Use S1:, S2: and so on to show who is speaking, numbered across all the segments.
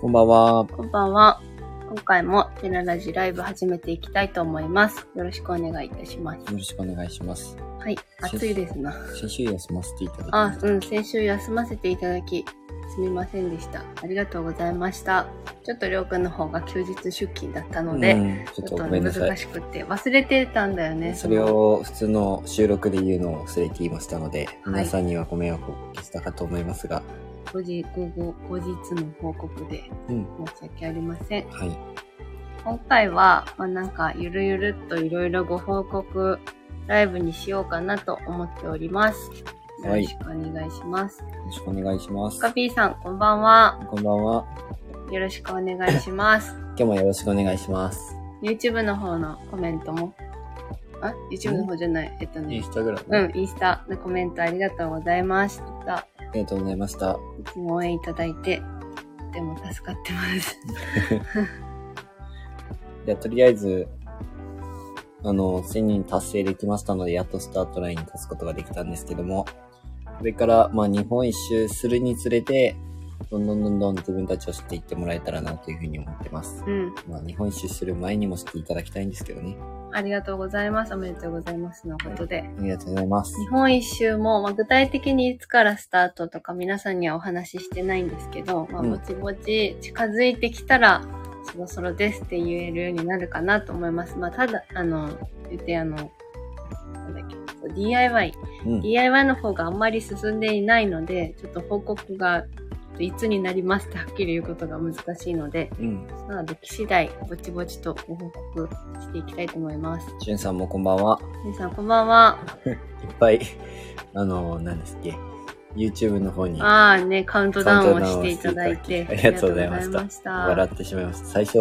S1: こんばんは。
S2: こんばんは。今回もテララジライブ始めていきたいと思います。よろしくお願いいたします。
S1: よろしくお願いします。
S2: はい。暑いですな。
S1: 先週休ませていただきま
S2: あ
S1: し、
S2: うん。先週休ませていただき、すみませんでした。ありがとうございました。ちょっとりょうくんの方が休日出勤だった
S1: た
S2: ので、
S1: うんちょっと
S2: ちょっ
S1: ご
S2: と
S1: めん
S2: ね
S1: なさ
S2: 難
S1: い。
S2: しくて、忘れてたんだよね。
S1: それを普通の収録で言うのを忘れていましたので、
S2: はい
S1: 皆さんにはご迷惑をおかけしたかと思いますが、
S2: その。後日、午後、後日の報告で
S1: うん。
S2: 申し訳ありません。
S1: はい。
S2: 今回は、まあ、なんか、ゆるゆるっといろいろご報告ライブにしようかなと思っております。よ
S1: はい
S2: ろしくお願いします。
S1: よろしくお願いします。
S2: カピーさん、こんばんは。
S1: こんばんは。
S2: よろしくお願いします。
S1: 今日もよろしくお願いします。
S2: YouTube の方のコメントも。あ ?YouTube の方じゃない。えっと
S1: イン
S2: ね。
S1: スタグラム。
S2: うん、インスタのコメントありがとうございました。
S1: ありがとうございました。
S2: いつも応援いただいて、とても助かってます。
S1: じゃあ、とりあえず、あの、1000人達成できましたので、やっとスタートラインに立つことができたんですけども、これから、まあ、日本一周するにつれて、どんどんどんどん自分たちを知っていってもらえたらなというふうに思ってます。
S2: うん。
S1: まあ、日本一周する前にも知っていただきたいんですけどね。
S2: ありがとうございます。おめでとうございます。のことで。
S1: ありがとうございます。
S2: 日本一周も、まあ、具体的にいつからスタートとか皆さんにはお話ししてないんですけど、まあ、
S1: うん
S2: ぼちぼち近づいてきたら、そろそろですって言えるようになるかなと思います。まあ、ただ、あの、言ってあの、なんだっけ、そう DIY。
S1: うん。
S2: DIY の方があんまり進んでいないので、ちょっと報告が、いつになりますってはっきり言うことが難しいので、
S1: うん。
S2: なので、来次第、ぼちぼちとご報告していきたいと思います。
S1: しゅんさんもこんばんは。
S2: 皆さん、こんばんは。
S1: いっぱい、あの、何ですっけ、YouTube の方に
S2: ああね、カウントダウンをしていただいて。
S1: カウントダウンをしていただきありがとうございました
S2: ありがとうございした
S1: 笑ってしまいました。最初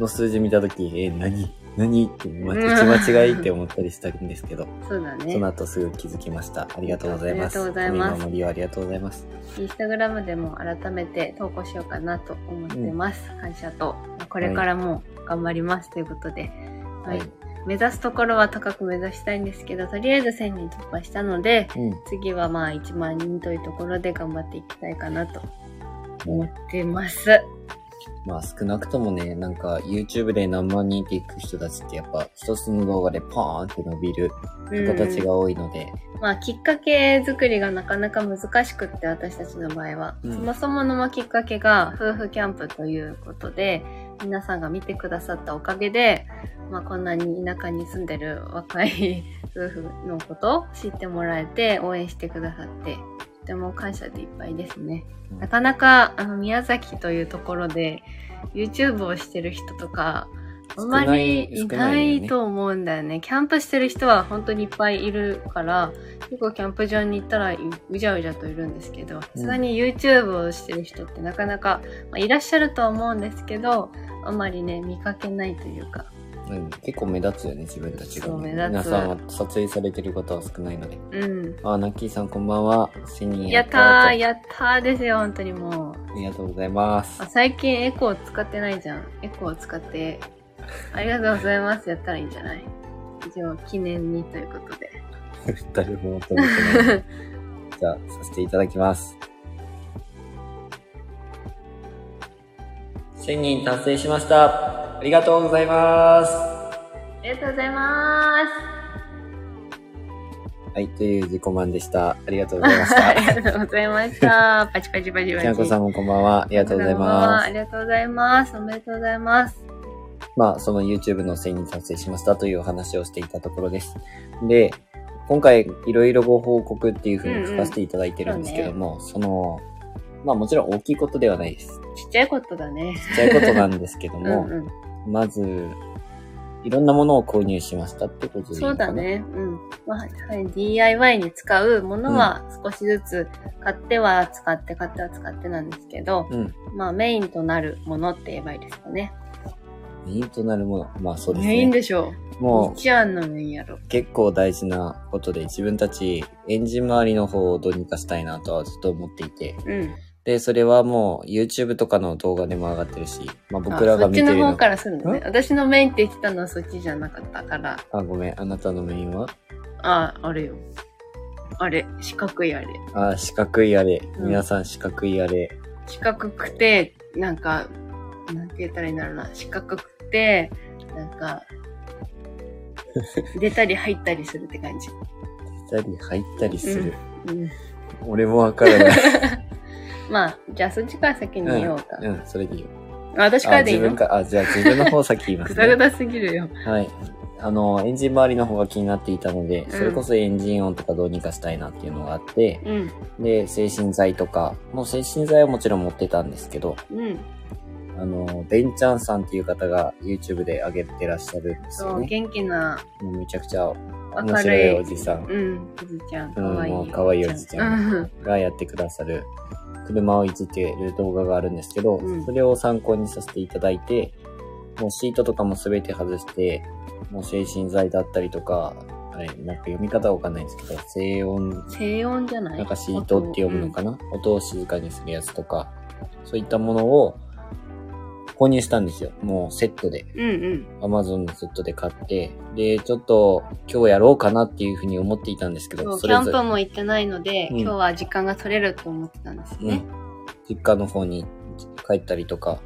S1: の数字見たとき、え、何何って、ま、打ち間違いって思ったりしたんですけど、
S2: そうだ
S1: その
S2: ね。
S1: 後すぐ気づきました。ありがとうございます。
S2: ありがとうございます
S1: お見守りをありがとうございます。
S2: インスタグラムでも改めて投稿しようかなと思ってます。感謝と、まあこれからも頑張りますということで。はい。目指すところは高く目指したいんですけど、とりあえず1000人突破したので、
S1: うん。
S2: 次はまあ1万人というところで頑張っていきたいかなと思
S1: も
S2: ってます。
S1: うまあ少なくともね、なんか YouTube で何万人っていく人たちってやっぱ一つの動画でパーンって伸びる
S2: うん
S1: 形が多いので、
S2: まあ、きっかけ作りがなかなか難しくって私たちの場合は、
S1: うん
S2: そもそものまあきっかけが夫婦キャンプということで皆さんが見てくださったおかげで、まあ、こんなに田舎に住んでる若い 夫婦のことを知ってもらえて応援してくださってとても感謝でいっぱいですね
S1: うん
S2: なかなかあの宮崎というところで YouTube をしてる人とかあんまりい
S1: 少な
S2: ない
S1: よね
S2: いと思うんだよね。キャンプしてる人は本当にいっぱいいるから、結構キャンプ場に行ったらうじゃうじゃといるんですけど、さすがに YouTube をしてる人ってなかなか、まあ、いらっしゃるとは思うんですけど、あんまりね、見かけないというか。
S1: うん結構目立つよね、自分たちが、
S2: そう目
S1: ね。
S2: 立つ
S1: 皆さんは撮影されてる方は少ないので。
S2: うん。
S1: あ、ナッキーさんこんばんは。新人
S2: やったー、やったーですよ、本当にもう。
S1: ありがとうございます
S2: あ。最近エコー使ってないじゃん。エコー使って、ありがとうございます。やったらいいんじゃない以上、記念にということで。
S1: 誰も求めてない。じゃあ、させていただきます。1000人達成しました。ありがとうございます。は
S2: ありがとうございます。
S1: い、という自己満でした。ありがとうございまし
S2: あ
S1: た。
S2: り
S1: き
S2: がとうございました。パチパチパチパチ。
S1: なこさんもこんばんは。あり
S2: あ
S1: がとうございま
S2: あ
S1: す。
S2: りがとうございます。おめでとうございます。
S1: まあ、その YouTube の1000人達成しましたというお話をしていたところです。で、今回、いろいろご報告っていうふうに書かせていただいてるんですけども、その、まあもちろん大きいことではないです。
S2: ちっちゃいことだね。
S1: ちっちゃいことなんですけど
S2: う
S1: も、
S2: んうん。
S1: まず、いろんなものを購入しましたってことでいい
S2: そ
S1: の
S2: う
S1: かな
S2: だ。ね。うん。まあ、はい、DIY に使うものは少しずつ買っては使って買っては使ってなんですけど、
S1: うん。
S2: まあメインとなるものって言えばいいですかね。
S1: メインとなるもの。まあそうです
S2: メイン
S1: ね。
S2: でしょう。
S1: も
S2: 一案のメインやろ。
S1: う結構大事なことで自分たちエンジン周りの方をどうにかしたいなとはずっと思っていて。
S2: うん。
S1: で、それはもう YouTube とかの動画でも上がってるし、まあ
S2: あ
S1: 僕らが見てる
S2: そっちの
S1: の
S2: 方。からするのね。私のメインって言ってたのはそっちじゃなかったから。
S1: あ、ごめん。あなたのメインは
S2: あ、あれよ。あれ、四角いあれ。
S1: あ、四角いあれ。
S2: うん
S1: 皆さん四角いあれ。
S2: 四角くて、なんか、なんて言ったらいいんだろうな、四角くて、なん か、出たり入ったりするって感じ。
S1: 出たり入ったりする。
S2: うん、
S1: 俺もわから ない。
S2: まあ、じゃあそっちから先に言おうか。
S1: うん、それでいいよ。
S2: あ私か
S1: あ、
S2: らでい
S1: 自
S2: いの
S1: 分か、あ、じゃあ自分の方先言いま
S2: ぐ
S1: す
S2: だぐ
S1: ね。
S2: だすぎるよ。
S1: はい。あの、エンジン周りの方が気になっていたので、
S2: ん
S1: それこそエンジン音とかどうにかしたいなっていうのがあって、
S2: うん。
S1: で、精神剤とか、もう精神剤はもちろん持ってたんですけど、
S2: うん。
S1: あの、ベンチャンさんっていう方が YouTube で上げてらっしゃるんです
S2: そ
S1: よ
S2: う、
S1: ね。
S2: 元気な、
S1: もうめちゃくちゃ面
S2: 明
S1: 白
S2: る
S1: い
S2: い。
S1: おじさん
S2: うん。おじちゃん、か
S1: うん
S2: わいい。
S1: もう可愛いおじちゃん
S2: うん。
S1: がやってくださる車をいじってる動画があるんですけど、
S2: うん
S1: それを参考にさせていただいて、もうシートとかも全て外して、もう精神剤だったりとか、あれ、なんか読み方わかんないんですけど、静音
S2: 静音じゃない
S1: なんかシートって読むのかな、音を静かにするやつとか、そういったものを購入したんですよ。もうセットで。
S2: うんうん。
S1: Amazon のセットで買って。で、ちょっと今日やろうかなっていうふうに思っていたんですけ
S2: そ
S1: ど、
S2: う、キャン
S1: ぞれ
S2: プ、も行ってないので、
S1: うん
S2: 今日は時間が取れると思ってたんです
S1: う
S2: ね
S1: ん。、実家の方に帰ったりとか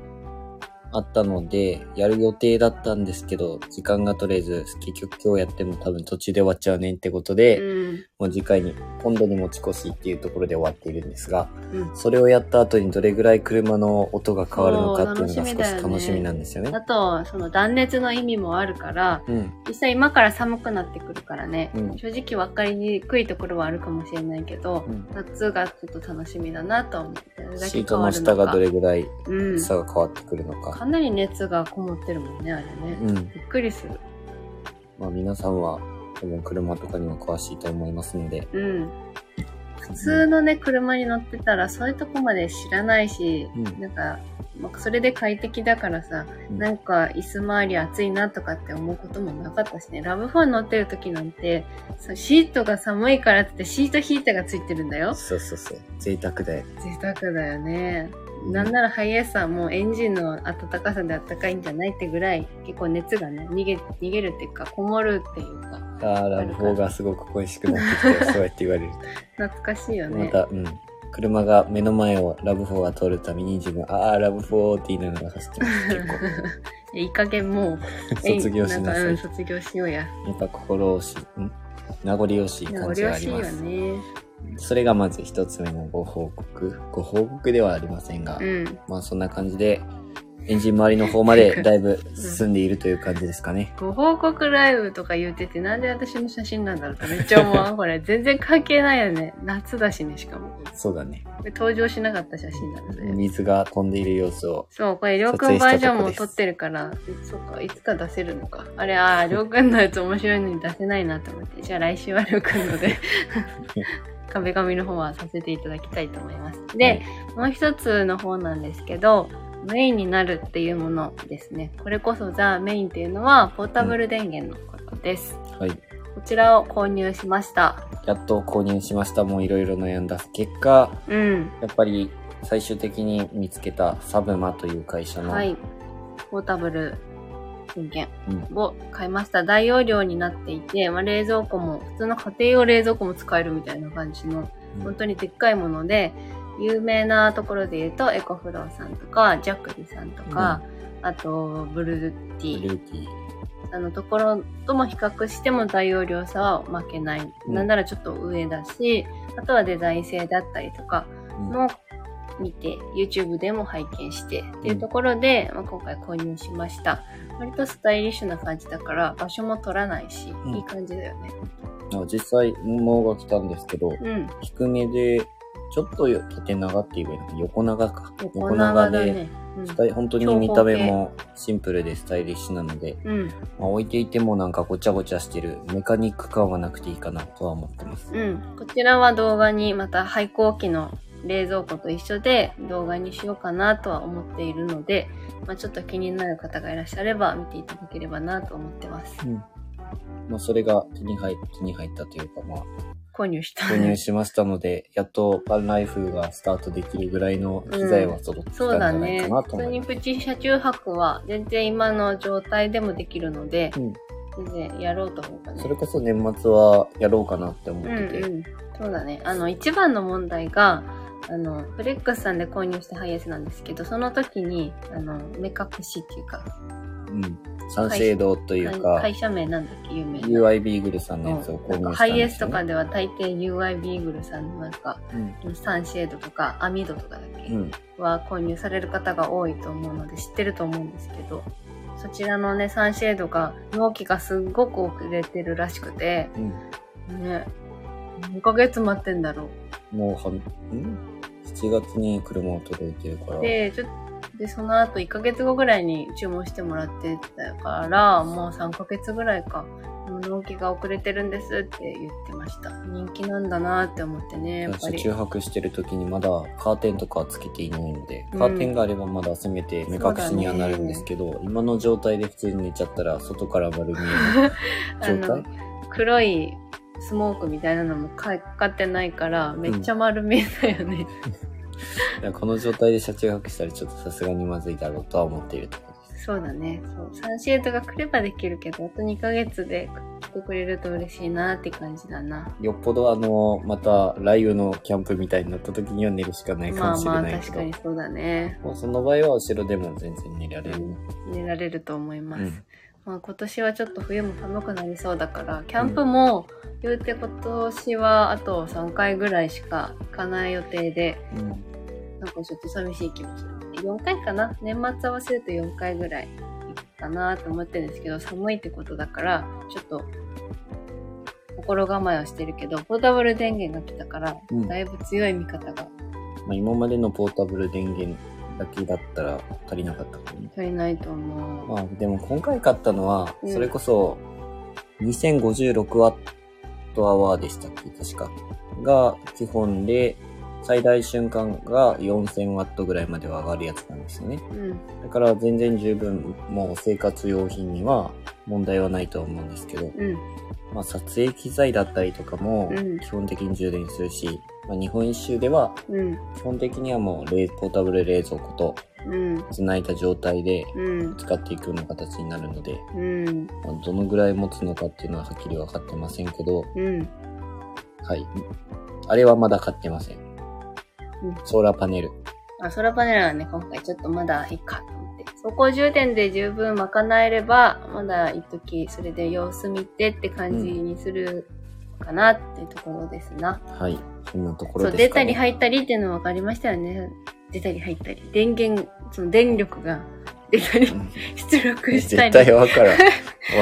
S1: あったので、やる予定だったんですけど、時間が取れず、結局今日やっても多分途中で終わっちゃうねんってことで、
S2: うん。
S1: もう次回に、今度に持ち越しっていうところで終わっているんですが、
S2: うん
S1: それをやった後にどれぐらい車の音が変わるのかっていうのが
S2: そう楽しみ
S1: 少
S2: だよね
S1: し楽しみなんですよね。
S2: あと、その断熱の意味もあるから、
S1: うん、
S2: 実際今から寒くなってくるからね、
S1: うん
S2: 正直分かりにくいところはあるかもしれないけど、
S1: うん。
S2: 夏がちょっと楽しみだなとは思って、どれだ
S1: シ
S2: け
S1: ート
S2: 変
S1: の
S2: わる
S1: 下
S2: の
S1: が
S2: か
S1: ど。れぐらい
S2: うん。
S1: 差が変わってくるのか。
S2: かなり熱がこもってるもんね、あれね。
S1: うん。
S2: びっくりする。
S1: まあ皆さんは多分車とかにも詳しいと思いますので。
S2: うん。普通のね、車に乗ってたら、そういうとこまで知らないし、
S1: うん
S2: なんか、まあそれで快適だからさ、
S1: うん
S2: なんか椅子周り暑いなとかって思うこともなかったしね、ラブフォン乗ってる時なんて、そうシートが寒いからって言ってシートヒーターがついてるんだよ。
S1: そうそうそう。贅沢だよ。
S2: 贅沢だよね。
S1: うん
S2: なんならハイエースはもうエンジンの暖かさで暖かいんじゃないってぐらい、結構熱がね、逃げ、逃げるっていうか、こもるっていうか、
S1: あーラブホがすごく恋しくなってきて、そうやって言われる
S2: 懐かしいよ
S1: と。ま
S2: ね。
S1: た、うん。車が目の前をラブホが通るために自分、ああ、ラブホーって言いながら走って ます。結構。
S2: いい加減もう、
S1: 卒業しな
S2: か
S1: さ
S2: うん、
S1: い。
S2: 卒業しようや。
S1: やっぱ心惜しい、ん名残惜しい
S2: 名
S1: 感
S2: 残
S1: じが
S2: 惜
S1: あり
S2: しいよ
S1: ます。
S2: ね。
S1: それがまず一つ目のご報告。ご報告ではありませんが、
S2: うん。
S1: まあそんな感じで、エンジン周りの方ま でだいぶ進んでいるという感じですかね。
S2: ご報告ライブとか言ってて、なんで私の写真なんだろうってめっちゃ思わん。これ、全然関係ないよね。夏だしね、しかも。
S1: そうだね。
S2: これ登場しなかった写真なので。
S1: 水が飛んでいる様子を。
S2: そう、これ、りょうくんバージョンも撮ってるから、そうか、いつか出せるのか。あれ、あーりょうくんのやつ面白いのに出せないなと思って、じゃあ来週はりょうくんので、壁紙の方はさせていただきたいと思います。で、もう一つの方なんですけど、メインになるっていうものですね。これこそザ・メインっていうのは、ポータブル電源のことです。
S1: はい、はい。
S2: こちらを購入しました。
S1: やっと購入しました。もういろいろ悩んだ結果、
S2: うん。
S1: やっぱり最終的に見つけたサブマという会社の、
S2: はい。ポータブル電源
S1: うん
S2: を買いました。大容量になっていて、まあ、冷蔵庫も、普通の家庭用冷蔵庫も使えるみたいな感じの、
S1: うん
S2: 本当にでっかいもので、有名なところで言うと、エコフローさんとか、ジャクリさんとか、あと、ブルーテ
S1: ブ
S2: ィー
S1: ルーティー。
S2: あのところとも比較しても大容量差は負けない。
S1: うん
S2: なんならちょっと上だし、あとはデザイン性だったりとか、
S1: うん
S2: も見て、YouTube でも拝見して、っていうところで、まあ、今回購入しました。割とスタイリッシュな感じだから、場所も取らないし、
S1: うん
S2: いい感じだよね。
S1: あ実際、桃が来たんですけど、
S2: うん。
S1: 低めで、ちょっと縦長って言えばいいのか、横長か。
S2: 横長だ
S1: で、
S2: ね。うん
S1: スタイ本当に見た目もシンプルでスタイリッシュなので、
S2: うん。
S1: まあ、置いていてもなんかごちゃごちゃしてるメカニック感はなくていいかなとは思ってます。
S2: うん。こちらは動画に、また廃校機の冷蔵庫と一緒で動画にしようかなとは思っているので、まあ、ちょっと気になる方がいらっしゃれば見ていただければなと思ってます。
S1: まあ、それが手に入手に入ったというか、まあ、
S2: 購入した。
S1: 購入しましたので、やっとバンライフがスタートできるぐらいの機材は揃ってきた
S2: そうん
S1: じ
S2: だ
S1: ゃない
S2: ね
S1: かな。と
S2: 普通
S1: 思い
S2: に
S1: ます。
S2: プチ車中泊は全然今の状態でもできるので、
S1: うん
S2: 全然やろうと思うかね。
S1: それこそ年末はやろうかなって思っ
S2: う
S1: てて、
S2: んうん。そうだね。あの、一番の問題が、あの、フレックスさんで購入したハイエースなんですけど、その時に、あの、目隠しっていうか、
S1: うん。三省堂というか、
S2: 会社名なんだっけ、有名な。
S1: UI ビーグルさんのやつを購入
S2: な
S1: したんですよ
S2: ん
S1: ね、
S2: かハイエースとかでは大抵 UI ビーグルさんのなんか、
S1: うん。
S2: サンシェードとかアミドとかだっけ、
S1: うん。
S2: は購入される方が多いと思うので知ってると思うんですけど、そちらのね、サンシェードが、納期がすっごく遅れてるらしくて、
S1: うん。
S2: ね、5ヶ月待ってんだろ
S1: もうは、ん ?7 月に車を届いてるか
S2: う。
S1: ら。
S2: で、ちょで、その後1ヶ月後ぐらいに注文してもらってたから、もう3ヶ月ぐらいか、納期が遅れてるんですって言ってました。人気なんだなって思ってね、やっぱ
S1: 車
S2: り。
S1: 中泊してる時にまだカーテンとかはつけていないので、
S2: うん
S1: カーテンがあればまだせめて目隠しにはなるんですけど、今の状態で普通に寝ちゃったら外から丸見え
S2: あ
S1: の状
S2: の
S1: 態、
S2: 黒いスモークみたいなのもかかってないから、めっちゃ丸見えだよね。
S1: いやこの状態で車中泊したらちょっとさすがにまずいだろうとは思っているところです。
S2: そうだね。そう。サンシェードが来ればできるけど、あと2ヶ月で来てくれると嬉しいなって感じだな。
S1: よっぽどあの、また雷雨のキャンプみたいになった時には寝るしかないか
S2: ま
S1: も
S2: あ
S1: し
S2: ま
S1: れ
S2: あ、
S1: ないけ
S2: 確
S1: ど、
S2: かにそうだね。
S1: もうその場合は後ろでも全然寝られる。
S2: 寝られると思います。
S1: うん
S2: まあ、今年はちょっと冬も寒くなりそうだから、キャンプも、言うて今年はあと3回ぐらいしか行かない予定で、
S1: うん
S2: なんかちょっと寂しい気もする。4回かな年末合わせると4回ぐらい行くかなと思ってるんですけど、寒いってことだから、ちょっと、心構えをしてるけど、ポータブル電源が来たから、
S1: うん
S2: だいぶ強い味方が
S1: まあ、今までのポータブル電源だけだったら足りなかったかもね。
S2: 足りないと思う。
S1: まあ、でも今回買ったのは、
S2: うん
S1: それこそ、2056ワットアワーでしたっけ確か。が、基本で、最大瞬間が4000ワットぐらいまでは上がるやつなんですよね。
S2: うん。
S1: だから全然十分、もう生活用品には問題はないと思うんですけど、
S2: うん。
S1: まあ撮影機材だったりとかも
S2: うん、
S1: 基本的に充電するし、まあ日本一周では、
S2: うん。
S1: 基本的にはもう冷ポータブル冷蔵庫と
S2: うん。
S1: 繋いだ状態で
S2: うん。
S1: 使っていくような形になるので、
S2: うん。
S1: まあどのぐらい持つのかっていうのははっきり分かってませんけど、
S2: うん。
S1: はい。あれはまだ買ってません。ソーラーパネル。
S2: あ、ソラパネルはね、今回ちょっとまだいいかと思って。走行充電で十分賄えれば、まだ一時それで様子見てって感じにするかなっていうところですな。
S1: はい。そんなとこ
S2: そ
S1: ろ
S2: う、
S1: で
S2: 出
S1: すか、
S2: た
S1: ね。
S2: り入ったりっていうの分かりましたよね。出たり入ったり。電源、その電力が出たり、出力し
S1: 絶
S2: たり。
S1: 対分からん。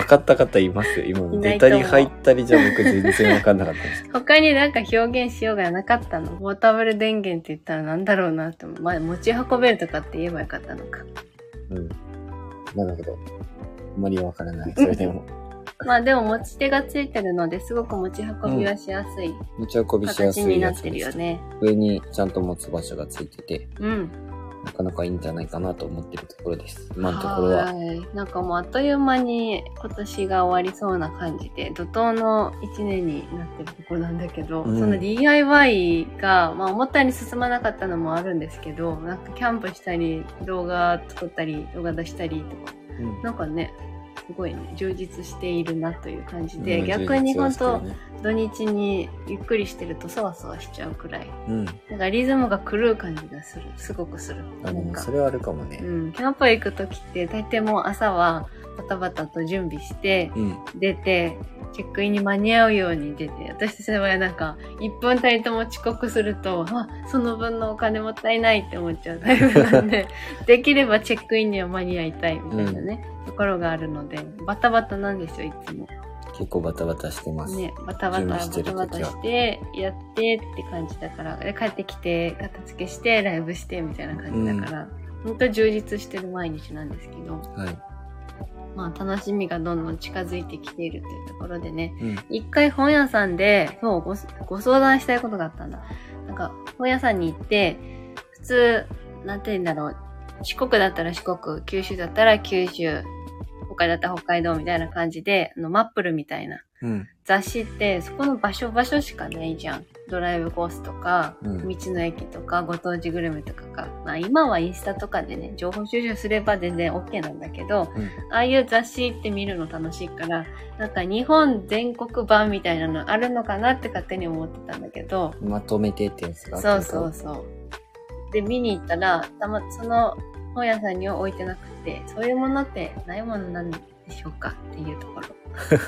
S1: 分かった方います今の
S2: いな
S1: 出
S2: いと
S1: た
S2: 思う
S1: り入ったりじゃ僕全然分かんなかったです。
S2: 他になんか表現しようがなかったの。ポータブル電源って言ったらなんだろうなって思う。まあ、持ち運べるとかって言えばよかったのか。
S1: うん。なるほど。あんまり分からない。それでも。
S2: まあでも持ち手がついてるのですごく持ち運びはしやすい
S1: 持ち運びしやす
S2: 形
S1: い
S2: にな
S1: や
S2: っ
S1: つ
S2: てる
S1: で
S2: よ
S1: す。
S2: ね。
S1: 上にちゃんと持つ場所がついてて、
S2: うん。
S1: なかなかいいんじゃないかなと思ってるところです。今のところは。
S2: ーい。なんかもうあっという間に今年が終わりそうな感じで、怒涛の1年になってるところなんだけど、
S1: うん
S2: その DIY が、まあ思ったように進まなかったのもあるんですけど、なんかキャンプしたり、動画作ったり、動画出したりとか、
S1: うん
S2: なんかね、すごいね、充実しているなという感じで、
S1: うん
S2: 逆に本
S1: 充
S2: 当、
S1: 実はして
S2: 土日にゆっくりしてるとそわそわしちゃうくらい
S1: るね
S2: なんかリズムが狂う感じがする。すごくす
S1: う
S2: る。
S1: ん。
S2: な
S1: あ、で
S2: ん
S1: も
S2: か
S1: そ、れはあるかもね
S2: う。ん、キャンプへ行くときって、大抵もう朝はバタバタと準備して、
S1: うん。
S2: 出て、チェックインに間に合うように出て、私たちの場合はなんか、1分たりとも遅刻すると、あ、その分のお金もったいないって思っちゃうタイプなんで、できればチェックインには間に合いたいみたいなね、ところがあるので、バタバタなんですよ、いつも。
S1: 結構バタバタしてます。
S2: ね、バタバタ
S1: 準備
S2: バ
S1: してる
S2: タ
S1: 時は
S2: バタしてやってって感じだからで帰ってきて片付けしてライブしてみたいな感じだから、ほんと充実してる毎日なんですけど、
S1: はい。
S2: まあ、楽しみがどんどん近づいてきているというところでね
S1: うん。
S2: 一回本屋さんでそうごご相談したいことがあったんだなんか本屋さんに行って普通なんて言うんだろう四国だったら四国九州だったら九州海道だったら北海道みたいな感じで、あの、マップルみたいな
S1: うん。
S2: 雑誌って、そこの場所場所しかないじゃん。ドライブコースとか、
S1: うん。
S2: 道の駅とか、ご当地グルメとかか。まあ今はインスタとかでね、情報収集すれば全然 OK なんだけど、
S1: うん
S2: ああいう雑誌って見るの楽しいから、なんか日本全国版みたいなのあるのかなって勝手に思ってたんだけど、
S1: まとめてってやつが
S2: そうそう。そう。で、見に行ったら、たま、その本屋さんには置いてなくて、そういうものってないものなんでしょうかっていうところ。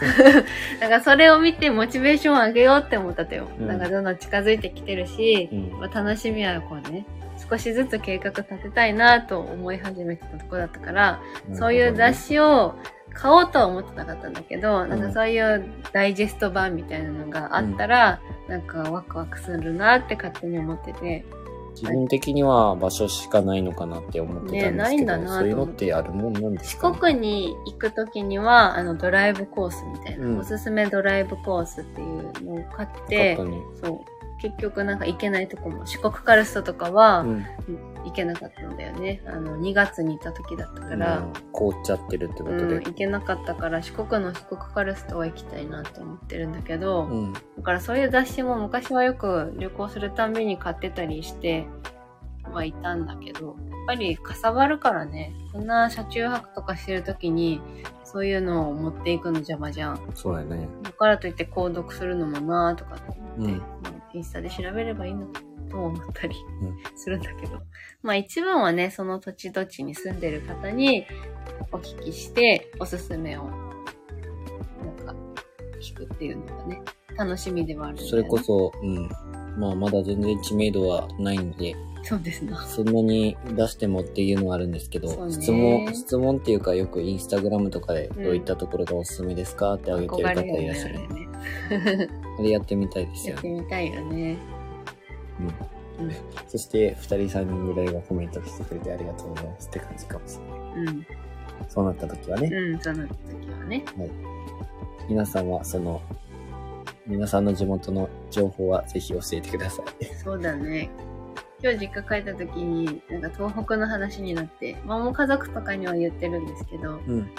S2: だからそれを見てモチベーションを上げようって思ったとよ。
S1: うん
S2: なんかどんどん近づいてきてるし、
S1: うん。
S2: まあ、楽しみはこうね、少しずつ計画立てたいなと思い始めてたとこだったから、そういう雑誌を買おうとは思ってなかったんだけど、なんかそういうダイジェスト版みたいなのがあったら、なんかワクワクするなって勝手に思ってて、
S1: 自分的には場所しかないのかなって思ってたん
S2: ね
S1: で
S2: な
S1: す
S2: い
S1: け
S2: んだ
S1: ど、
S2: な
S1: そういうのってあるもんなんですか、
S2: 四国に行く時には、あのドライブコースみたいな、
S1: うん
S2: おすすめドライブコースっていうのを買っ
S1: よ
S2: て
S1: かっ、たね
S2: そう、結局なんか行けないとこも、四国カルストとかは、
S1: うん
S2: 行けなかったんだよね。あの、2月に行った時だったから、
S1: うん、凍っちゃってるってことで。
S2: うん、行けなかったから四国の四国カルストは行きたいなって思ってるんだけど、
S1: うん。
S2: だからそういう雑誌も昔はよく旅行するために買ってたりしてはいたんだけどやっぱりかさばるからねそんな車中泊とかしてる時にそういうのを持っていくの邪魔じゃん
S1: そうだね。
S2: だからといって購読するのもなーとかって思って、
S1: うん
S2: まあインスタで調べればいいのかとも思ったり
S1: うん
S2: するんだけど、まあ一番はねその土地土地に住んでる方にお聞きしておすすめをなんか聞くっていうのがね楽しみではあるんだよね
S1: それこそ、うん。まあ、まだ全然知名度はないんで、
S2: そうですな
S1: そんなに出してもっていうのはあるんですけ
S2: そう
S1: ど、
S2: ね
S1: 質問、質問っていうかよくインスタグラムとかで
S2: うん
S1: どういったところがおすすめですかってあげてる
S2: 憧
S1: 方
S2: れる
S1: い
S2: よ
S1: らっ
S2: ね
S1: しゃ
S2: あ
S1: る。
S2: れね
S1: あれやってみたいです
S2: や
S1: よ
S2: って
S1: ね。
S2: みたいよね
S1: うん
S2: うん
S1: そして、二人3人ぐらいがコメントしてくれてありがとうございますって感じかもしれない。
S2: うん
S1: そうなった時はね、
S2: うんその時はね
S1: 皆さんはその、皆さんの地元の情報はぜひ教えてください。
S2: そうだね。今日実家帰った時に、なんか東北の話になって、まあもう家族とかには言ってるんですけど、
S1: うん。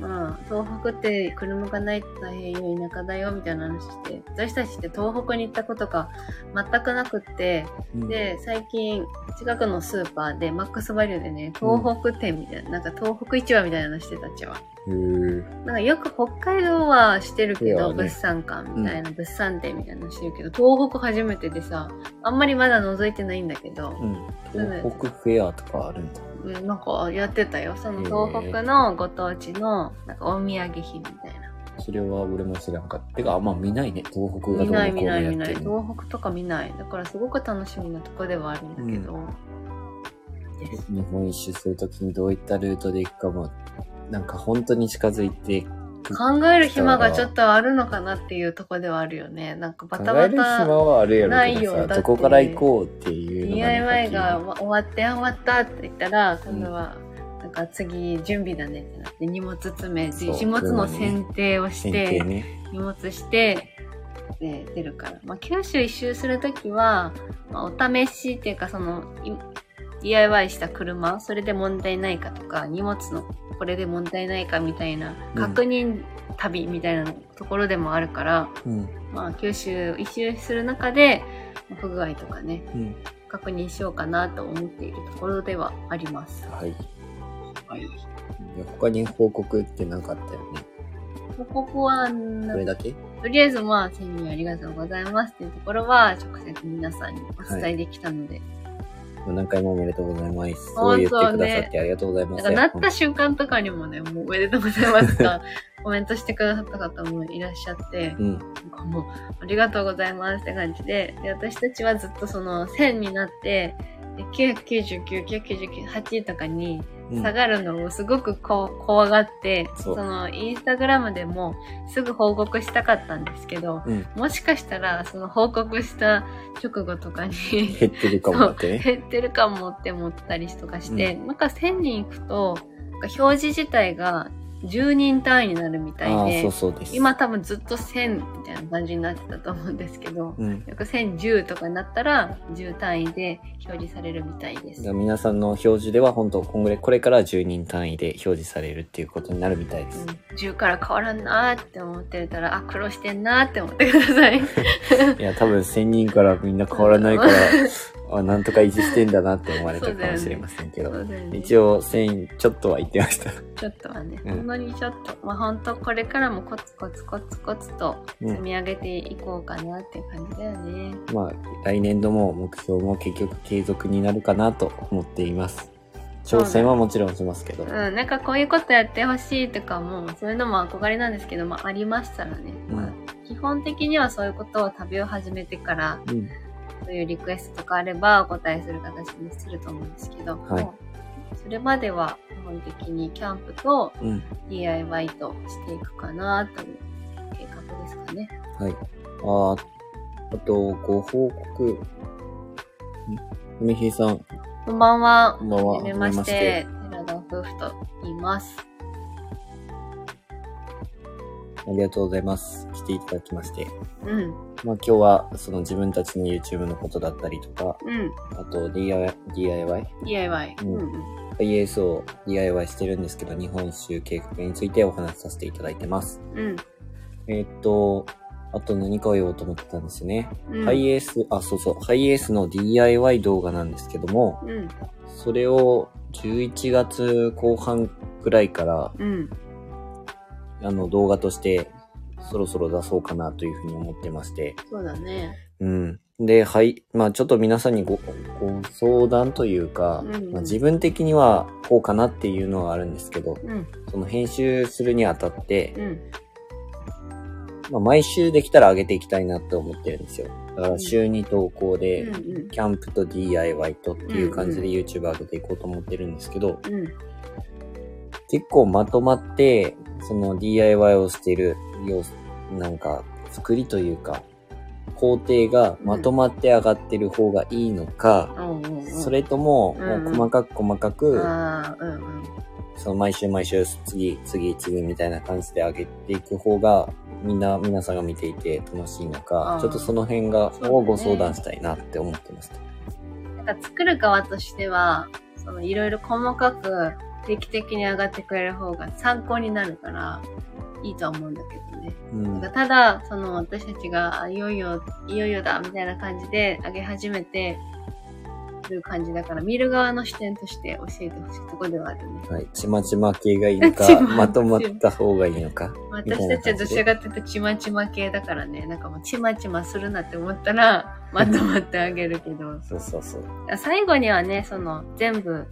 S2: まあ東北って車がないと大変よ、田舎だよ、みたいな話して、私たちって東北に行ったことが全くなくって、で、最近近くのスーパーでマックスバリューでね、東北店みたいな、なんか東北市場みたいなのしてたっちゃわ。
S1: うん、へ
S2: なんかよく北海道はしてるけど、
S1: そうだね
S2: 物産館みたいな、物産展みたいなのしてるけど、東北初めてでさ、あんまりまだ覗いてないんだけど、
S1: ーうん。東北フェアとかあるんだ。
S2: うんなんかやってたよ。その東北のご当地の、なんかお土産品みたいな。
S1: それは俺も知らんかった。てか、あんま見ないね。東北がどうのこ
S2: 見
S1: うの
S2: な
S1: や
S2: い
S1: って
S2: 見ない見
S1: る
S2: ない。
S1: の。
S2: 東北とか見ない。だからすごく楽しみなとこではあるんだけど。です
S1: 日本一周するときにどういったルートで行くかも、なんか本当に近づいて、
S2: 考える暇がちょっとあるのかなっていうとこではあるよね。なんかバ
S1: 考
S2: タ
S1: え
S2: バ
S1: る暇
S2: タ
S1: はあるやろうけど
S2: ないよだ
S1: さ、
S2: って
S1: どこから行こうっていうのがね、
S2: DIY が
S1: はっ
S2: 終わって終わったって言ったら、今度は、なんか次準備だねってなって荷物詰め、
S1: そう
S2: 荷物の選定を
S1: き
S2: し
S1: り
S2: て
S1: 選定、ね。
S2: 荷物して、で出るから。まあ、九州一周するときは、まあ、お試しっていうか、その、い DIY した車、それで問題ないかとか、荷物のこれで問題ないかみたいな、
S1: うん
S2: 確認旅みたいなところでもあるから、
S1: うん。
S2: まあ、九州一周する中で、不具合とかね、
S1: うん。
S2: 確認しようかなと思っているところではあります。
S1: はい。
S2: はい。
S1: いや他に報告ってなかったよね。
S2: ここは、
S1: これだけ
S2: とりあえずまあ、千人ありがとうございますっていうところは、直接皆さんにお伝えできたので。
S1: 何回もおめでとうございます。すご
S2: 本
S1: い言って
S2: 当ね
S1: くださってありがとうございま
S2: だ
S1: す。
S2: からなった瞬間とかにもね、もうおめでとうございます とか、コメントしてくださった方もいらっしゃって、
S1: うん。
S2: なんかもう、ありがとうございますって感じで、で私たちはずっとその、1000になって、で999、999、8とかに
S1: うん
S2: 下がるのをすごくこう怖がって、
S1: そう
S2: その、インスタグラムでもすぐ報告したかったんですけど、
S1: うん
S2: もしかしたら、その報告した直後とかに、
S1: 減ってるかもだってね。
S2: 減ってるかもって思ったりとかして、なんか1000人行くと、なんか表示自体が10人単位になるみた
S1: あ
S2: い
S1: あ、そ
S2: で
S1: う、そうです。
S2: 今多分ずっと1000みたいな感じになってたと思うんですけど、
S1: うん。
S2: よく1010とかになったら10単位で表示されるみたいです
S1: だか。ら皆さんの表示では本当今後これから10人単位で表示されるっていうことになるみたいです。
S2: うん10から変わらんなーって思ってたら、あ、苦労してんなーって思ってください。
S1: いや、多分1000人からみんな変わらない から、あなんとか維持してんだなって思われたかもしれませんけ ど。一
S2: 応。
S1: 応1000ちょっとは言ってました。
S2: ちょっとはね、
S1: うん
S2: ほんのりちょっと、まあ本当これからもコツコツコツコツと
S1: う
S2: 積
S1: ん。
S2: み上げていこうかなって感じだよね。
S1: まあ、来年度も目標も結局継続になるかなと思っています。挑戦はもちろんしますけど。
S2: うん、なんかこういうことやってほしいとかもうそういうのも憧れなんですけど、まあ、ありましたらね、
S1: うん
S2: まあ、基本的にはそういうことを旅を始めてから
S1: うん。
S2: そういうリクエストとかあればお答えする形にすると思うんですけど、
S1: はい
S2: もうそれまでは基本的にキャンプと
S1: うん。
S2: DIY としていくかなという計画ですかね。
S1: はい。あーあと、ご報告。ん梅ひさん、
S2: こんばんは
S1: こ。んばんは。
S2: はじめまして、寺田夫婦と言います。
S1: はじめまして。ありがとうございます。来ていただきまして。
S2: うん、
S1: まあ今日は、その自分たちの YouTube のことだったりとか、
S2: うん、
S1: あと DIY、DIY
S2: DIY。
S1: うん
S2: うんうん
S1: ?IES を DIY してるんですけど、日本一周計画についてお話しさせていただいてます。
S2: うん
S1: えーっと、あと何かを言おうと思ってたんですよね。
S2: うん。
S1: ハイエース、あ、そうそう、ハイエースの DIY 動画なんですけども、
S2: うん、
S1: それを11月後半くらいから、
S2: うん。
S1: あの動画としてそろそろ出そうかなというふうに思ってまして。
S2: そうだね。
S1: うん。で、はい。まあちょっと皆さんにご、ご相談というか、
S2: うんうん
S1: まあ自分的にはこうかなっていうのはあるんですけど、
S2: うん、
S1: その編集するにあたって、
S2: うん、
S1: まあ毎週できたら上げていきたいなって思ってるんですよ。だから週に投稿で、
S2: うん、うん
S1: キャンプと DIY とっていう感じで YouTube 上げていこうと思ってるんですけど、
S2: うん、
S1: 結構まとまって、その DIY をしている様子、なんか作りというか、工程がまとまって上がってる方がいいのか、
S2: うんうんうん。
S1: それとも、
S2: うん
S1: も
S2: うん
S1: う細かく細かく、
S2: ああ、うん、うん。
S1: その毎週毎週、次、次、次みたいな感じで上げていく方が、みんな、皆さんが見ていて楽しいの
S2: あ
S1: か
S2: ー、
S1: ちょっとその辺が
S2: そう、だね
S1: をご相談したいなって思ってました。
S2: なんか作る側としては、そのいろいろ細かく定期的に上がってくれる方が参考になるから、いいとは思うんだけどね。
S1: うん。
S2: ただ、その私たちが、あいよいよ、いよいよだ、みたいな感じで上げ始めてる感じだから、見る側の視点として教えてほしいとこではあるね。
S1: はい。ちまちま系がいいの
S2: ちま
S1: か、
S2: ちま
S1: まとまった方がいいのか。
S2: 私たちはどちらかというとちまちま系だからね、なんかもうちまちまするなって思ったら、まとまってあげるけど。
S1: そうそうそう。
S2: 最後にはね、その全部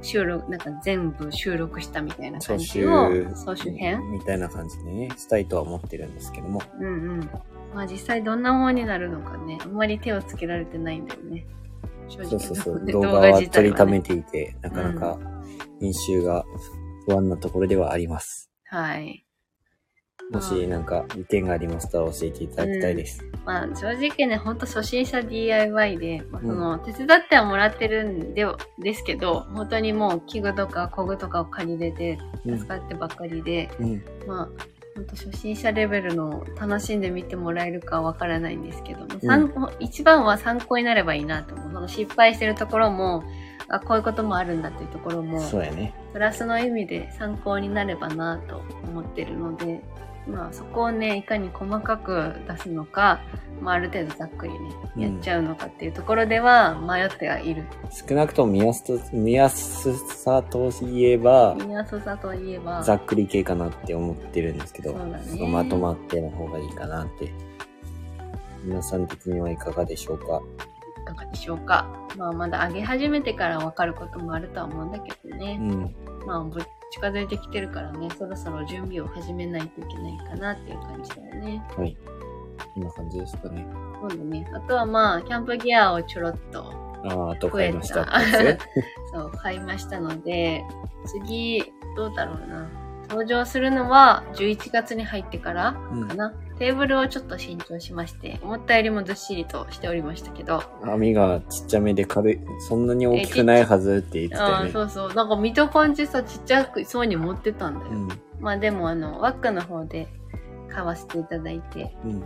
S2: 収録、なんか全部収録したみたいな感
S1: 総
S2: じ
S1: 集
S2: の総集編、
S1: みたいな感じでね、したいとは思ってるんですけども。
S2: うん、うんうんまあ実際どんなものになるのかね、あんまり手をつけられてないんだよね。正直
S1: そうそうそう。
S2: ね
S1: 動画は
S2: 自体
S1: 取りた
S2: ね
S1: めていて、なかなか編集が不安なところではあります。
S2: はい。
S1: もしなんか意見がありましたら教えていただきたいです。
S2: まあ正直ね、ほんと初心者 DIY で、まあ、その、手伝ってはもらってるんでは、ですけど、本当にもう器具とか工具とかを借りれて、
S1: うん。
S2: 使ってばっかりで、
S1: うん。
S2: まあ、ほんと初心者レベルの楽しんで見てもらえるかわからないんですけども、参考一番は参考になればいいなと思う。その失敗してるところも、あ、こういうこともあるんだっていうところも、
S1: そうやね。
S2: プラスの意味で参考になればなと思ってるので、まあ、そこをねいかに細かく出すのか、まあ、ある程度ざっくりね
S1: うん
S2: やっちゃうのかっていうところでは迷ってはいる。
S1: 少なくとも見やすと、見やすさといえば、
S2: 見やすさといえば
S1: ざっくり系かなって思ってるんですけど、
S2: そうだね
S1: のまとまっての方がいいかなって。皆さん的にはいかがでしょうか
S2: いかがでしょうか、まあ、まだ上げ始めてから分かることもあるとは思うんだけ
S1: う
S2: どね、
S1: ん。
S2: まあぼ近づいてきてるからねそろそろ準備を始めないといけないかなっていう感じだよね。
S1: はい。こんな感じですかね。
S2: 今度ねあとはまあキャンプギアをちょろっと
S1: ああ、と買いました。
S2: 増えたそう、買いましたので、次、どうだろうな。登場するのは11月に入ってからかな。テーブルをちょっと新調しまして、思ったよりもずっしりとしておりましたけど、
S1: 網がちっちゃめで軽い、そんなに大きくないはずって言ってた
S2: あ
S1: よ
S2: あ、
S1: ね。
S2: そうそう。なんか見た感じさ、ちっちゃくそうに持ってたんだよ。
S1: うん。
S2: まあでも、あの、ワックの方で買わせていただいて、
S1: うん。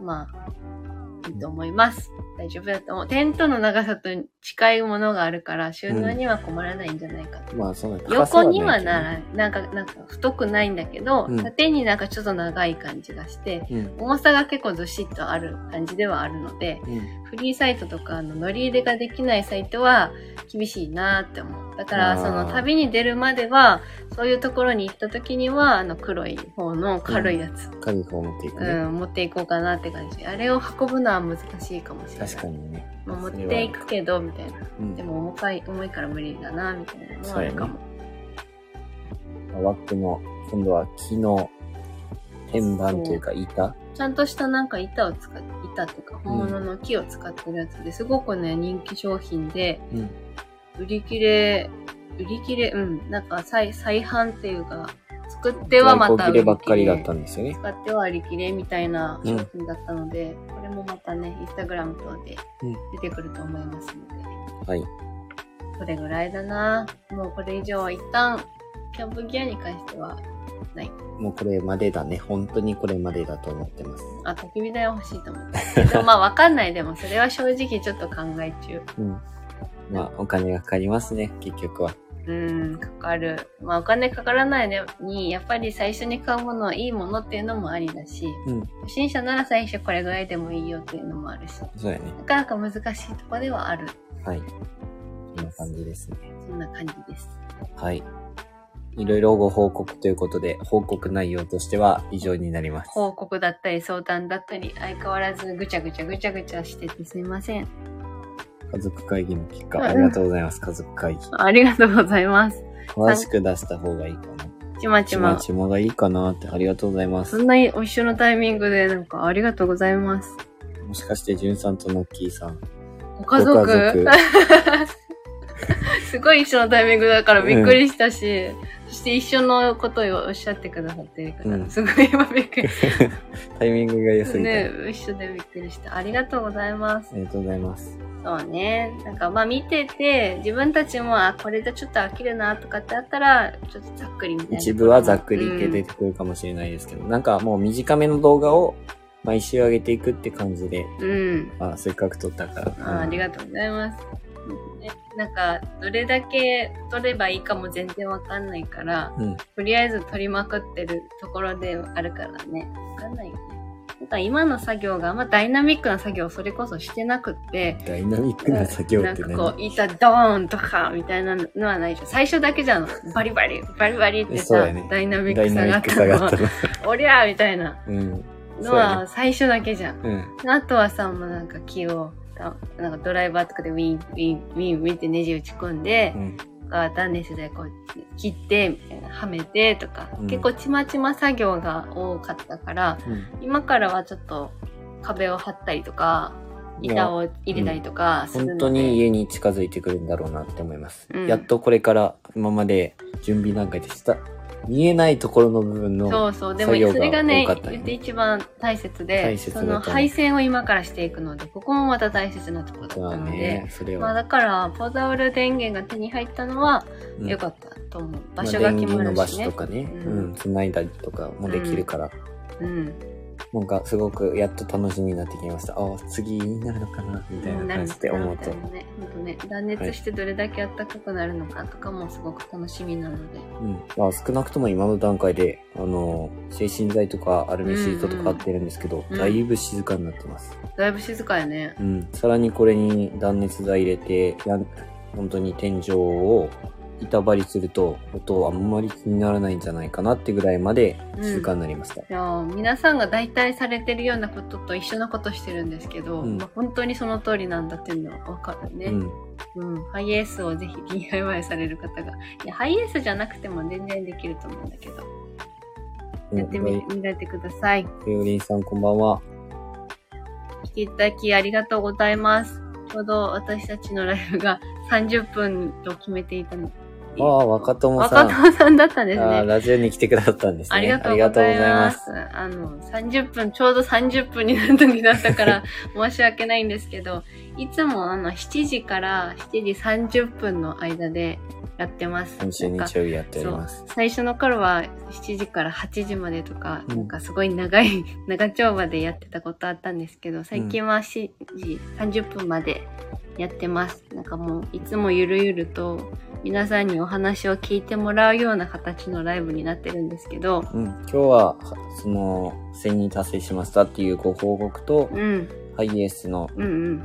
S2: まあ、いいと思います。大丈夫だと思う。テントの長さと近いものがあるから、収納には困らないんじゃないかと。
S1: まあ、そんな高さ
S2: 横にはい
S1: けど
S2: なら、なんか、なんか太くないんだけど、
S1: うん
S2: 縦になんかちょっと長い感じがして、
S1: うん。
S2: 重さが結構ずしっとある感じではあるので、
S1: うん。
S2: フリーサイトとかあの乗り入れができないサイトは厳しいなって思う。だから
S1: あー
S2: その旅に出るまではそういうところに行った時にはあの黒い方の軽いやつ、
S1: 軽い方を持っていく
S2: う
S1: ね。
S2: ん持っていこうかなって感じ。あれを運ぶのは難しいかもしれない。
S1: 確かにね。
S2: まあ持っていくけどみたいな。
S1: うん
S2: で。も重たい重いから無理だなみたいなのはあるかも。
S1: ワックの、今度は木の天板というか板
S2: ちゃんとしたなんか板を使って、板っていうか本物の木を使ってるやつですごくね人気商品で、
S1: うん。
S2: 売り切れ、売り切れ、うん、なんか再再販っていうか、作ってはま
S1: 在庫
S2: た
S1: 切
S2: 売り
S1: れ
S2: 切れ、
S1: ばっかりだったんですよね。
S2: 使っては売り切れみたいな商品だったので、これもまたね、インスタグラム等で
S1: うん
S2: 出てくると思いますので、
S1: はい。
S2: これぐらいだな。もうこれ以上は一旦、キャンプギアに関しては、
S1: もうこれまでだね。本当にこれまでだと思ってます。
S2: あ、焚き火台は欲しいと思って。でもまあわかんない。でもそれは正直ちょっと考え中。
S1: うん。まあ、お金がかかりますね、結局は。
S2: うん、かかる。まあお金かからないように、やっぱり最初に買うもの、いいものっていうのもありだし、
S1: うん。
S2: 初心者なら最初これぐらいでもいいよっていうのもあるし、な
S1: そうやね。
S2: かなか難しいとこではある。
S1: はい。こんな感じですね。
S2: そんな感じです。
S1: はい。いろいろご報告ということで、報告内容としては以上になります。
S2: 報告だったり相談だったり、相変わらずぐちゃぐちゃぐちゃぐちゃしててすいません。
S1: 家族会議の結果、
S2: うん
S1: ありがとうございます、家族会議。
S2: ありがとうございます。
S1: 詳しく出した方がいいかな。
S2: ちま
S1: ち
S2: ち
S1: ま
S2: ま。
S1: ちまがいいかなって、ありがとうございま
S2: そ
S1: す。
S2: んな一緒のタイミングでなんかありがとうございます。
S1: もしかして、じゅんさんとノッキーさん。
S2: ご家族
S1: ご家 族
S2: すごい一緒のタイミングだからびっくりしたし、そして一緒のことをおっしゃってくださってるから、
S1: うん
S2: すごい今びっ くり。
S1: タイミングが良すぎた。
S2: ね、一緒でびっくりした。ありがとうございます
S1: あ。りがとうございます。
S2: そうね。なんかまあ見てて、自分たちも、あ、これでちょっと飽きるなとかってあったら、ちょっとざっくりみたいな。
S1: 一部はざっくり系
S2: うん
S1: 出てくるかもしれないですけど、なんかもう短めの動画を毎週上げていくって感じで、
S2: うん。
S1: あ、せっかく撮ったから。
S2: あありがとうございます。ねなんか、どれだけ撮ればいいかも全然わかんないから、
S1: うん。
S2: とりあえず撮りまくってるところであるからね。わかんないよね。なんか今の作業があんまダイナミックな作業をそれこそしてなくって、
S1: ダイナミックな作業
S2: な
S1: っ
S2: ん
S1: て
S2: か
S1: ね。
S2: こう、板ドーンとか、みたいなのはないじゃん。最初だけじゃん。バリバリ、バリバリって
S1: そう
S2: さ、
S1: だね
S2: ダイナミッ
S1: ダ
S2: ク
S1: イ
S2: さ
S1: ナミ
S2: があ
S1: ッ
S2: っ
S1: ク
S2: た
S1: さ
S2: の
S1: があった
S2: は、
S1: の。
S2: おりゃーみたいな
S1: うん。
S2: のは最初だけじゃん。
S1: うん。
S2: あとはさ、もうなんか木を、たなんかドライバーとかでウィン、ウィン、ウィン、ウィンってネジ打ち込んで
S1: う、ん。
S2: が断熱でこう切って、みたいな、はめてとか、
S1: うん
S2: 結構ちまちま作業が多かったから、
S1: うん
S2: 今からはちょっと壁を張ったりとか、板を入れたりとかするので、
S1: 本当に家に近づいてくるんだろうなって思います。
S2: うん
S1: やっとこれから今まで準備段階でした。見えないところの部分の、
S2: そうそう。でも、
S1: 作業が
S2: それがね
S1: 多かったよね、
S2: 一番大切で、
S1: 大切だ
S2: そ
S1: と思う
S2: の配線を今からしていくので、ここもまた大切なところだ
S1: まあ
S2: ったので、
S1: ね、それ
S2: まあ
S1: は、
S2: だから、ポータブル電源が手に入ったのは
S1: うん
S2: 良かったと思う。
S1: まあ
S2: 場所が決ま
S1: 電源の
S2: る
S1: 場
S2: し
S1: 所
S2: ね。
S1: とかね、
S2: う
S1: うんん、繋いだりとかもできるから、
S2: うん。
S1: なんかすごくやっと楽しみになってきました。ああ、次になるのかな、みたいな感じで思うと
S2: なる。ほどね。本当ね、断熱してどれだけ暖かくなるのかとかもすごく楽しみなので。
S1: うん。まあ少なくとも今の段階で、あの、精神剤とかアルミシートとか買ってるんですけど、
S2: うんうん
S1: だいぶ静かになってます。
S2: だいぶ静かやね。
S1: うん、さらにこれに断熱材入れて、やん本当に天井を板張りすると、音あんまり気にならないんじゃないかなってぐらいまで
S2: うん
S1: 静かになりました。
S2: いやー皆さんが大体されてるようなことと一緒なことしてるんですけど、
S1: うん
S2: まあ本当にその通りなんだっていうのは分かるね。
S1: うん、
S2: うん、ハイエースをぜひ DIY される方が。いや、ハイエースじゃなくても全然できると思うんだけど。
S1: うん。
S2: やってみ、見られてください。
S1: ペオリンさんこんばんは。
S2: 来ていただきありがとうございます。ちょうど私たちのライブが30分と決めていたの
S1: ああ、若友さ
S2: 若
S1: ん。
S2: 友さんだったんです
S1: ああ
S2: ね。
S1: ラジオに来てくださったんですね。
S2: ありがとうございま
S1: あ
S2: す。あの、30分、ちょうど30分になる時だったから 申し訳ないんですけど、いつもあの、7時から7時30分の間でやってます。
S1: りがとうございます。今週
S2: なんか
S1: 日曜日やっております。
S2: 最初の頃は7時から8時までとか、
S1: うん
S2: なんかすごい長い 長丁場でやってたことあったんですけど最近は7時30分までやってます、なんかもういつもゆるゆると皆さんにお話を聞いてもらうような形のライブになってるんですけど
S1: うん、今日は、その、1000人達成しましたっていうご報告と、
S2: うん
S1: ハイエースの
S2: うんうん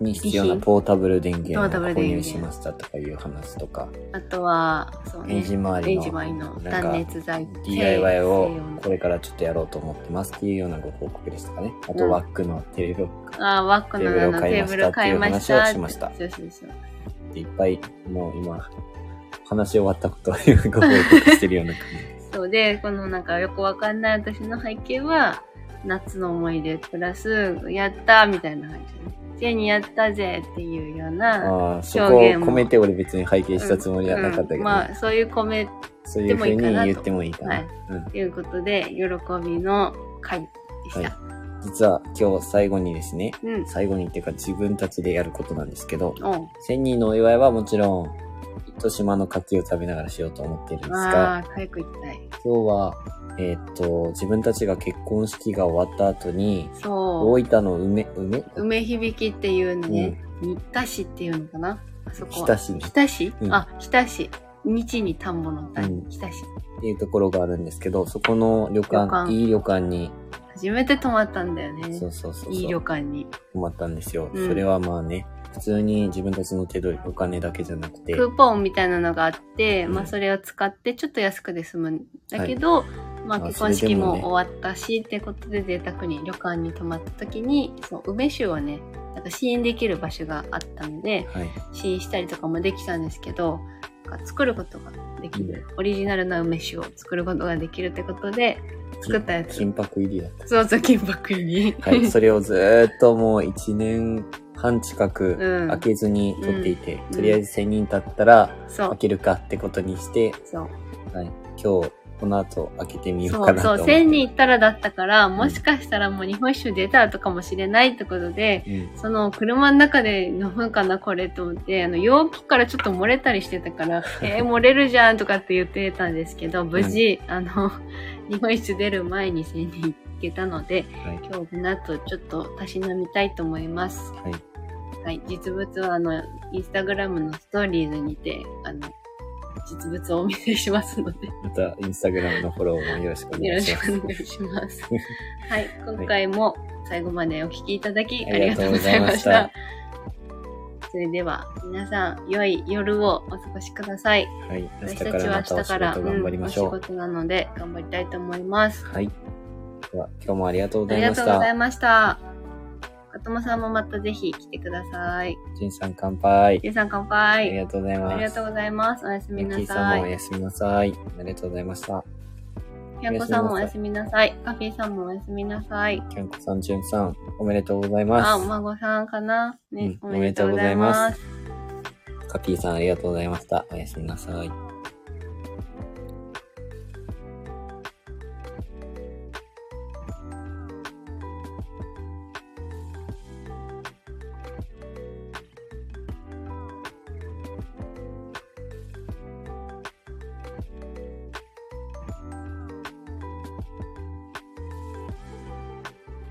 S1: に必要なポータブル電源
S2: ポータ
S1: を
S2: ブル
S1: 購
S2: 電
S1: 入
S2: 源
S1: しましたとかいう話とか、
S2: あとはそう
S1: エン
S2: ね
S1: ジン周
S2: レ
S1: り
S2: ン
S1: の
S2: ジ周りの
S1: なんか
S2: 断熱材
S1: DIY をこ
S2: 西洋
S1: れからちょっとやろうと思ってますっていうようなご報告でしたかね。あと、
S2: うん
S1: ワックのテレビロック
S2: あーワックのあの
S1: テー
S2: テー
S1: ブ
S2: ブ
S1: ル買
S2: ル買
S1: い
S2: い
S1: ま
S2: ま
S1: し
S2: したた
S1: っていう話をしました
S2: そうそうそう
S1: っていっぱい、もう今、話し終わったことをご報告してるような感じ です。
S2: そうで、このなんかよくわかんない私の背景は、夏の思い出プラス、やったーみたいな感じで、ね。ジェニーやったぜっていうような。
S1: ああ、そこを
S2: 表現も
S1: 込めて俺別に拝見したつもりはなかったけどね、
S2: うんまあ、そういうコメっ
S1: そういうふうに
S2: でもいいかなと
S1: 言ってもいいかな。
S2: はい
S1: うん
S2: ていうことで、喜びの回でした。
S1: はい実は今日最後にですね、
S2: うん。
S1: 最後にっていうか自分たちでやることなんですけど、
S2: おう
S1: 1000人のお祝いはもちろん、糸島の牡蠣を食べながらしようと思ってるんですが、
S2: ああ、早く行きたい。
S1: 今日は、えーっと、自分たちが結婚式が終わった後に、
S2: そ
S1: 大分の梅、梅
S2: う。梅響きっていうのね、新田市っていうのかなあそこ
S1: 日
S2: は。
S1: 田市に
S2: 日田市、
S1: うん
S2: あ、日田市。日に田んぼの田
S1: うん
S2: に、日田市。
S1: っていうところがあるんですけど、そこの旅館、
S2: 旅館
S1: いい旅館に、
S2: 初めて泊まったんだよね。
S1: そうそうそうそう、
S2: いい旅館に。
S1: 泊まったんですよ、
S2: うん
S1: それはまあね、普通に自分たちの手取り、お金だけじゃなくて、
S2: クーポンみたいなのがあって、
S1: うん
S2: まあそれを使ってちょっと安くで済むんだけど、まあ
S1: まあ
S2: 結婚式
S1: それでもね
S2: も終わったし、ってことで贅沢に旅館に泊まった時に、その梅酒をね、なんか試飲できる場所があったので、
S1: はい。
S2: 試飲したりとかもできたんですけど、なんか作ることができる。オリジナルな梅酒を作ることができるってことで、作ったやつ
S1: 金箔入りだった。
S2: そうそう金箔に。
S1: はい。 それをずーっともう1年半近
S2: う
S1: く
S2: ん
S1: 開けずに取っていて、
S2: ん
S1: とりあえず1000人経ったら 開
S2: そう。
S1: けるかってことにして、
S2: そう。
S1: はい。今日、この後開けてみよ
S2: そう
S1: か
S2: う
S1: なと
S2: そ
S1: 思
S2: う、
S1: って。
S2: 1000人いったらだったから、もしかしたらもう日本酒出たとかもしれないってことで、
S1: うん。
S2: その車の中で飲むかなこれと思ってあの容器からちょっと漏れたりして たから「えー、漏れるじゃん」とかって言ってたんですけど無事、あの 日本一出る前に千人行けたので
S1: はい。
S2: 今日この後ちょっとたしなみたいと思います。
S1: はい。
S2: はい、実物はあのインスタグラムのストーリーズにてあの実物をお見せしますので
S1: また、インスタグラムのフォローもよろしくお
S2: よ
S1: 願
S2: ろ
S1: いし
S2: し
S1: ま
S2: く
S1: す。
S2: お願いします。はい、今回も最後までお聞きいただき
S1: あ
S2: あ
S1: り
S2: り
S1: が
S2: が
S1: と
S2: と
S1: う
S2: う
S1: ご
S2: ご
S1: ざ
S2: ざ
S1: い
S2: い
S1: ま
S2: ま
S1: し
S2: したた。それでは皆さん良い夜をお過ごしください。
S1: はい。明日
S2: 私
S1: か
S2: たち
S1: ら
S2: は
S1: またお仕
S2: 明日
S1: 事
S2: から、
S1: 頑張り
S2: うん、
S1: ま
S2: お
S1: し
S2: 仕
S1: ょう。
S2: 事なので頑張りたいと思います。
S1: はい。では、今日もありがとうござ
S2: あ
S1: い
S2: り
S1: ま
S2: が
S1: し
S2: とうござい
S1: た。
S2: ました。かともさんもまたぜひ来てください。
S1: ジンさん乾杯。
S2: ゆうさん乾
S1: あり
S2: 杯。
S1: がとうございます。
S2: ありがとうございます。おやすみ
S1: ミッ
S2: な
S1: キーさ
S2: さ
S1: んもお
S2: い。
S1: やすみなさい。ありがとうございました。
S2: ひゃんこさんもおやすみなさい。カフィーさんもおやすみなさい。
S1: キャンコさん、ジュンさん、おめでとうござい
S2: あ、
S1: ま
S2: お
S1: す。
S2: 孫さんかなね、
S1: うん
S2: おめでとうござい
S1: おめでとうござい
S2: ま。
S1: ますカピーさん、ありがとうございました。おやすみなさい。